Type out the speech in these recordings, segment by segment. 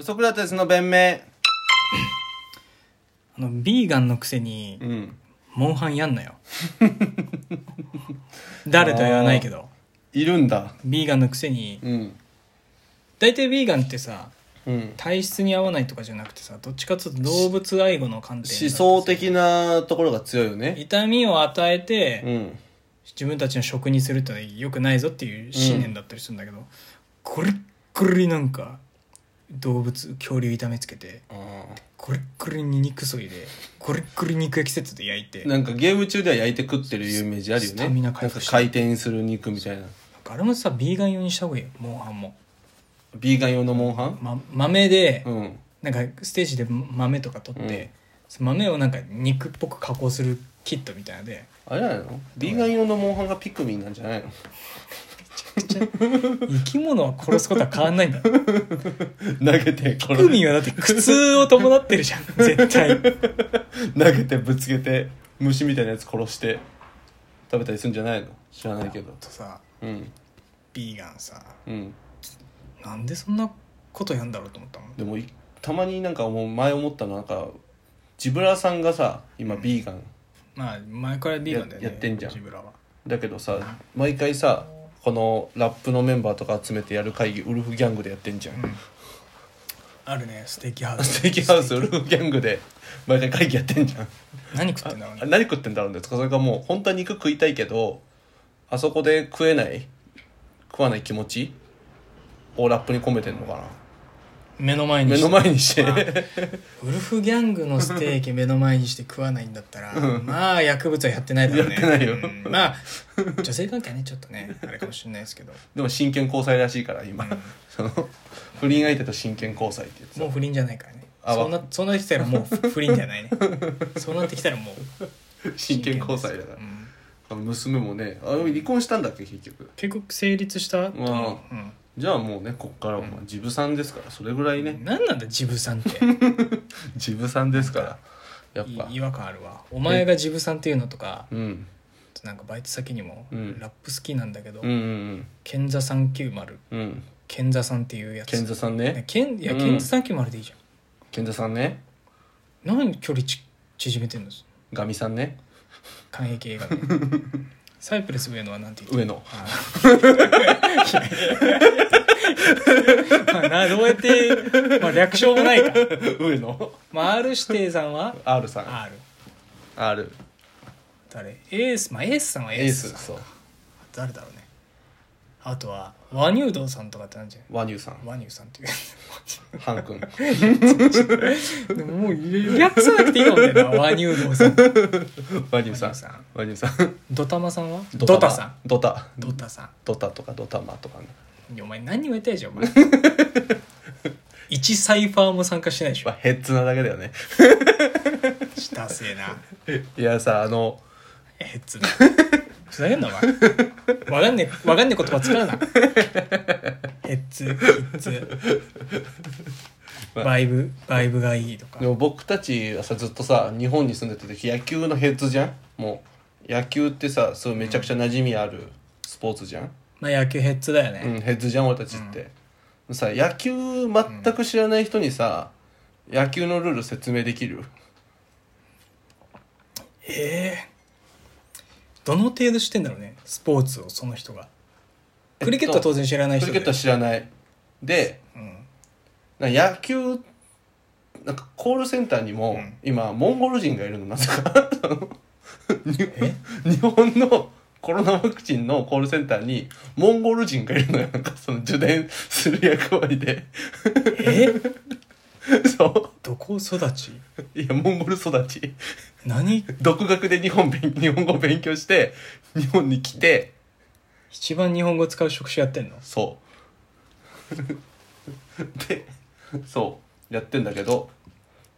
ソクラテスの弁明。あのビーガンのくせにうん。モンハンやんなよ 誰とは言わないけどいるんだ。ビーガンのくせにうん。大体ビーガンってさうん。体質に合わないとかじゃなくてさどっちかっていうと動物愛護の観点思想的なところが強いよね。痛みを与えて、うん。自分たちの食にするってのは良くないぞっていう信念だったりするんだけど、これっくりなんか動物恐竜痛めつけてこれっくりに肉そぎでこれっくり肉エキセットで焼いてなんなんかゲーム中では焼いて食ってるイメージあるよね。スタミナな回んか復して回転する肉みたいな。かあれもさビーガン用にした方がいいよモンハンも、ビーガン用のモンハンま、豆で、うん。なんかステージで豆とか取って、うんその豆をなんか肉っぽく加工するキットみたいなのであれなのビーガン用のモンハンがピクミンなんじゃないの 生き物は殺すことは変わ んないんだ投げて、ピクミンはだって苦痛を伴って るじゃん絶対投げてぶつけて、虫みたいなやつ殺して、食べたりするんじゃないの知らないけど。とさうん。ビーガンさうん。なんでそんなことやんだろうと思ったのでもいたまになんかもう前思ったのはなんかジブラさんがさ今ビーガンまあ前からビーガンだよねややってんじゃんジブラはだけどさ毎回さこのラップのメンバーとか集めてやる会議ウルフギャングでやってんじゃん、あるねステーキハウスステーキハウスウルフギャングで毎回会議やってんじゃん何食ってんだろうあね何食ってんだろうんですかそれかもう本当は肉食いたいけどあそこで食えない食わない気持ちをラップに込めてんのかな目の前に目しての前に してウルフギャングのステーキ目の前にして食わないんだったらまあ薬物はやってないだろうねやってないようんまあ女性関係はねちょっとねあれかもしれないですけどでも真剣交際らしいから今、その不倫相手と真剣交際って言ってたもう不倫じゃないからねあわそうなそうなってきたらもう不倫じ ゃないねそうなってきたらもう真剣交際だからう、ん娘もねあ離婚したんだっけ結局結局成立したと思ううんじゃあもうねこっからはもうジブさんですからそれぐらいね何なんだジブさんってジブさんですからやっいぱ違和感あるわお前がジブさんっていうのとかうんなんかバイト先にも、うんラップ好きなんだけど、うんうんケンザ390うんうんケンザさんっていうやつ賢者さんねねケンいやうんケンザ390でいいじゃ賢者さんねん、何距離ち縮めてんのガミさん ね関係映画 でサイプレス上野はなんて言って上野あ ーまあなどうやって、まあ、略称もないか、上野まあ、R 指定さんは R さん R R 誰エースまあエースさんはエエーーススそう誰だろうねあとは和乳道さんとかってなんじゃない和乳さん和乳さんっていうハン 君でももう略さなくていいかもね和乳道さん和乳さん和乳さん和乳さんドタマさんはド ドタタマさんドタドタさドタとかドタマとかねんお前何にもやってないじゃんお 前一サイファーも参加してないでしまあょヘッズなだけだよねしたせえないやさあのえっつうなふざけんなお前わかんねえわかんねえ言葉使うなえっつえっつバイブバイブがいいとかでも僕たちはさずっとさ日本に住んでた時野球のヘッズじゃんもう野球ってさそうめちゃくちゃ馴染みあるスポーツじゃん、まあ野球ヘッズだようね、ん、ヘッズじゃん俺たちって、さ野球全く知らない人にさ、野球のルール説明できるええどの程度知ってんだろうねスポーツをその人がクリケットは当然知らないク人リケだよットは知らないでうんな野球なんかコールセンターにも、うん今モンゴル人がいるのなぜかそのにえ 日本のコロナワクチンのコールセンターにモンゴル人がいるのよなんかその受電する役割で えそどこ育ちういやモンゴル育ち何独学で日本勉日本語を勉強して日本に来て一番日本語使う職種やってんのそう でそうやってんだけど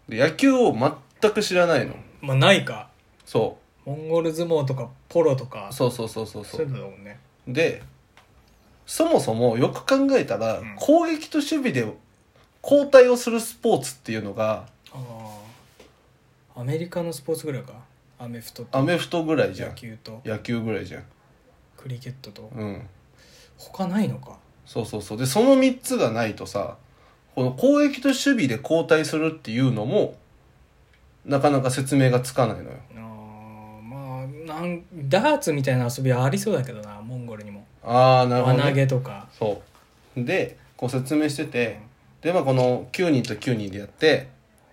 で野球を全く知らないのまあないかそモンゴル相撲とかポロとかうそうそうそうそうそそういううのだもんねでそもそもよく考えたら、うん攻撃と守備で交代をするスポーツっていうのがああアメリカのスポーツぐらいかアメフトとアメフトぐらいじゃん野球と野球ぐらいじゃんクリケットとうん他ないのかそうそうそうでその3つがないとさここの攻撃と守備で交代するっていうのもなかなか説明がつかないのよあーまあなんダーツみたいな遊びはありそうだけどなモンゴルにもああなるほど、輪投ね、げとかそうでこう説明しててでまあこの9人と9人でやって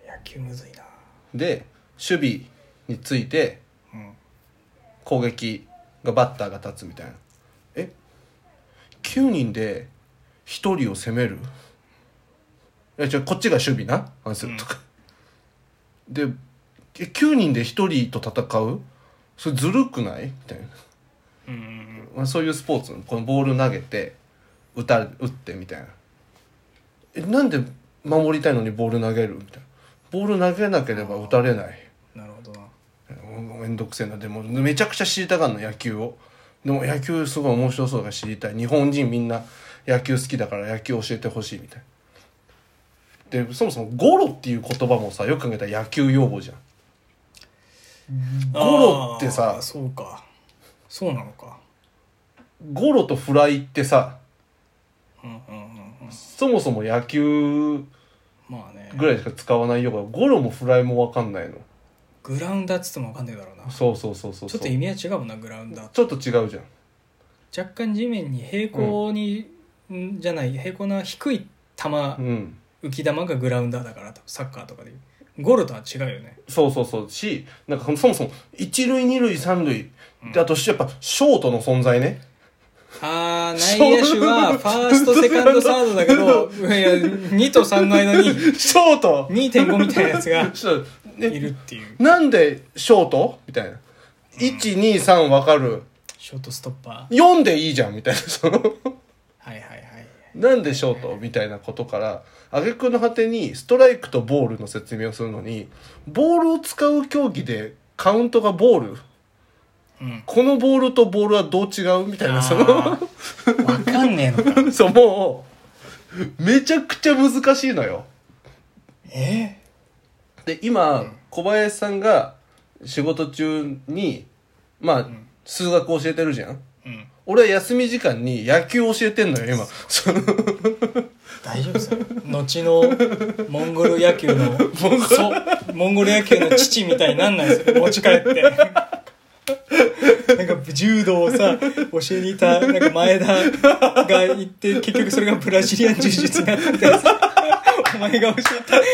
野球むずいなで守備についてうん攻撃がバッターが立つみたいなえ9人で1人を攻めるいや違うこっちが守備な話するとか、でえ9人で1人と戦うそれずるくないみたいな、うんうんまあ、そういうスポーツこのボール投げて打た打ってみたいなえなんで守りたいのにボール投げるみたいなボール投げなければ打たれないうんなるほどなうんめんどくせえなでもめちゃくちゃ知りたがんの野球をでも野球すごい面白そうだから知りたい日本人みんな野球好きだから野球教えてほしいみたいなでそもそもゴロっていう言葉もさよく考えたら野球用語じゃんゴロってさあーそうかそうなのかゴロとフライってさうんうんうんうんそもそも野球まあねぐらいしか使わない用語ゴロもフライも分かんないのグラウンダーっつっても分かんねえだろうなちそうそうそうそうょっと意味は違うもんなグラウンダーちょっと違うじゃん若干地面に平行に、んじゃない平行な低い球、うん浮き球がグラウンダーだから多分サッカーとかでいうゴロとは違うよねそうそうそうしなんかそもそも一塁二塁三塁であとやっぱショートの存在ねあー内野手はファーストセカンドサードだけどいや2と3の間にショート2.5みたいなやつがそういねるっていうなんでショートみたいな。123わかる。ショートストッパー4でいいじゃんみたいな。 そのはいはいはいなんでショートみたいなことから、挙句の果てにストライクとボールの説明をするのに、ボールを使う競技でカウントがボールうんこのボールとボールはどう違うみたいな、そのあ、ーわかんねえのか そう、もう、めちゃくちゃ難しいのよ。えで今、小林さんが仕事中にまあ、数学教えてるじゃんうん俺は休み時間に野球教えてんのよ今その大丈夫ですよ後のモンゴル野球のそうモンゴル野球の父みたいになんないですよ持ち帰ってなんか柔道をさ教えにいたなんか前田が行って結局それがブラジリアン柔術になったみたいなさお前が教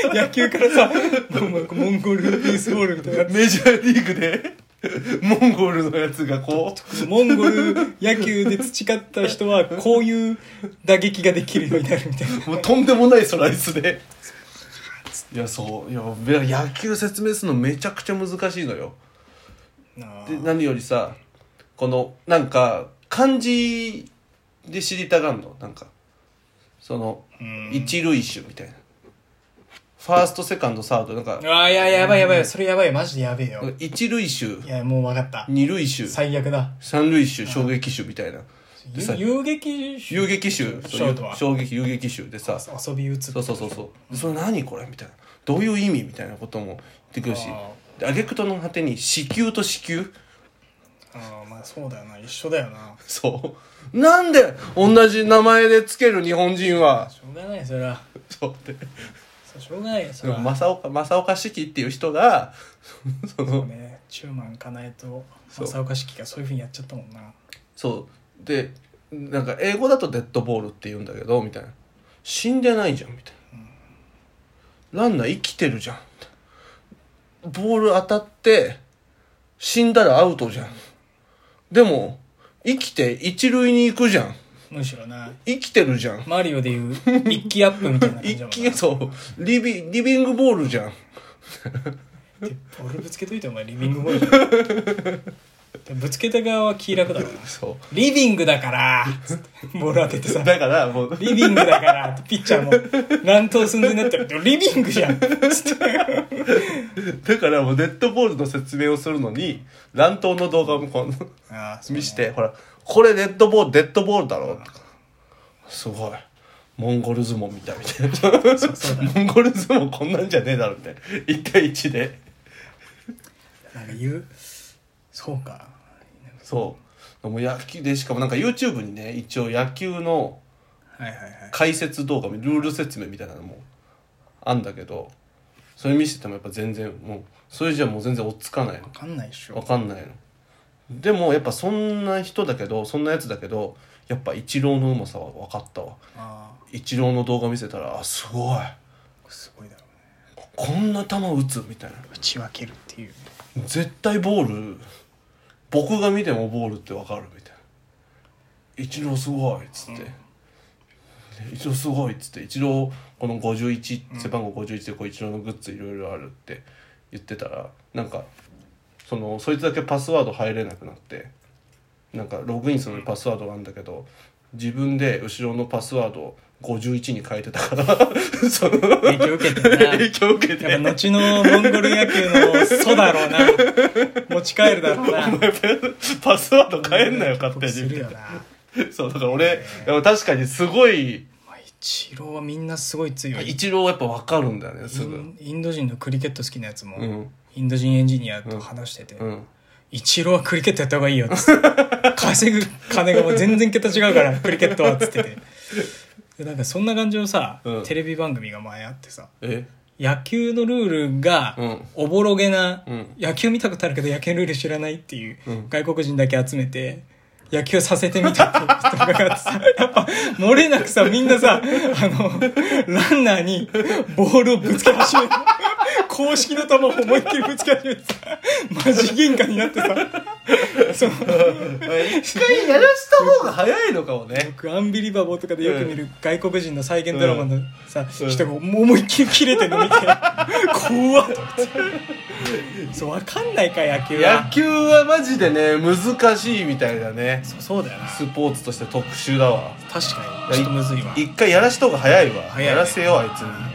えた野球からさもうなんかモンゴルベースボールみたいになってメジャーリーグで モンゴルのやつがこうモンゴル野球で培った人はこういう打撃ができるようになるみたいなもうとんでもないスライスでいやそういやいや野球説明するのめちゃくちゃ難しいのよなあで何よりさこのなんか漢字で知りたがんのなんかそのうん一塁手みたいなファーストセカンドサードなんかああ、いや、やばいやばいよ。それやばいよ。マジでやべえよ。一塁手いや、もう分かった。二塁手最悪だ。三塁手衝撃手みたいなでさゆ遊撃手遊撃手シショートは衝撃遊撃手でさそ遊び打つ。うそうそうそうそれ何これみたいなどういう意味みたいなことも言ってくるしあで挙句との果てに子宮と子宮ああ、まあそうだよな。一緒だよな。そうなんで同じ名前でつける日本人はしょうがないよ、それは。そうでそしょうがないよ、そでれもは。正岡正岡子規っていう人がそのね、中満かなえとそう正岡子規がそういうふうにやっちゃったもんな。そうでなんか英語だとデッドボールって言うんだけどみたいな死んでないじゃんみたいな、ランナー生きてるじゃんボール当たって死んだらアウトじゃんでも生きて一塁に行くじゃんむしろな。生きてるじゃんマリオでいう一気アップみたいな感じ一だもんな。気そうリビリビングボールじゃんでボールぶつけといて、お前リビングボールじゃんで。ぶつけた側は気楽だからな。そリビングだからつってボール当ててさう。だからもうリビングだからってピッチャーも乱闘寸前になってるけどリビングじゃんつってだからもうデッドボールの説明をするのに乱闘の動画もこのああ見して、ほら、これデッドボール、デッドボールだろ。すごい。モンゴル相撲みたいみたいな。モンゴル相撲こんなんじゃねえだろみたいな。1対1で。なんか言うそうかそう。でも野球で、しかもなんか YouTube にね、一応野球のはいはいはい解説動画ルール説明みたいなのもあんだけどそれ見せてもやっぱ全然もうそれじゃもう全然追っつかないの分かんないでしょわかんないのでもやっぱそんな人だけどそんなやつだけどやっぱイチローのうまさは分かったわあイチローの動画見せたらあすごいあすごいだろうねこんな球打つみたいな打ち分けるっていう絶対ボール僕が見てもボールって分かるみたいな「一郎すごい」っつって「一郎すごい」っつって「一郎この51背番号51でこう一郎のグッズいろいろある」って言ってたらなんかそのそいつだけパスワード入れなくなってなんかログインするのにパスワードがあるんだけど自分で後ろのパスワードを51に変えてたから その影響受けてんな影響を受けてやっぱ後のモンゴル野球の祖だろうな持ち帰るだろうなパスワード変えんなよ勝手するによなそうだから俺でも確かにすごいまあ一郎はみんなすごい強いイイチローはやっぱ分かるんだよねすぐンインド人のクリケット好きなやつも、うんインド人エンジニアと話してて、うん一郎はクリケットやった方がいいよっ つって稼ぐ金がもう全然桁違うからクリケットはっつっててでなんかそんな感じのさ、うんテレビ番組が前あってさえ野球のルールがうんおぼろげな、うん野球見たことあるけど野球のルール知らないっていううん外国人だけ集めて野球させてみたっていう人があって さやっぱ漏れなくさみんなさあのランナーにボールをぶつけ始めて公式の球を思いっきりぶつけ始めてさマジ喧嘩になってさその一回やらした方が早いのかもね僕アンビリバボーとかでよく見る外国人の再現ドラマのさ、うん人が思いっきり切れてるの見て怖っと思ってそう分かんないか野球は野球はマジでね難しいみたいだねそうそうだよなスポーツとして特殊だわ確かにちょっとむずいわ一回やらした方が早いわ早いねやらせようあいつに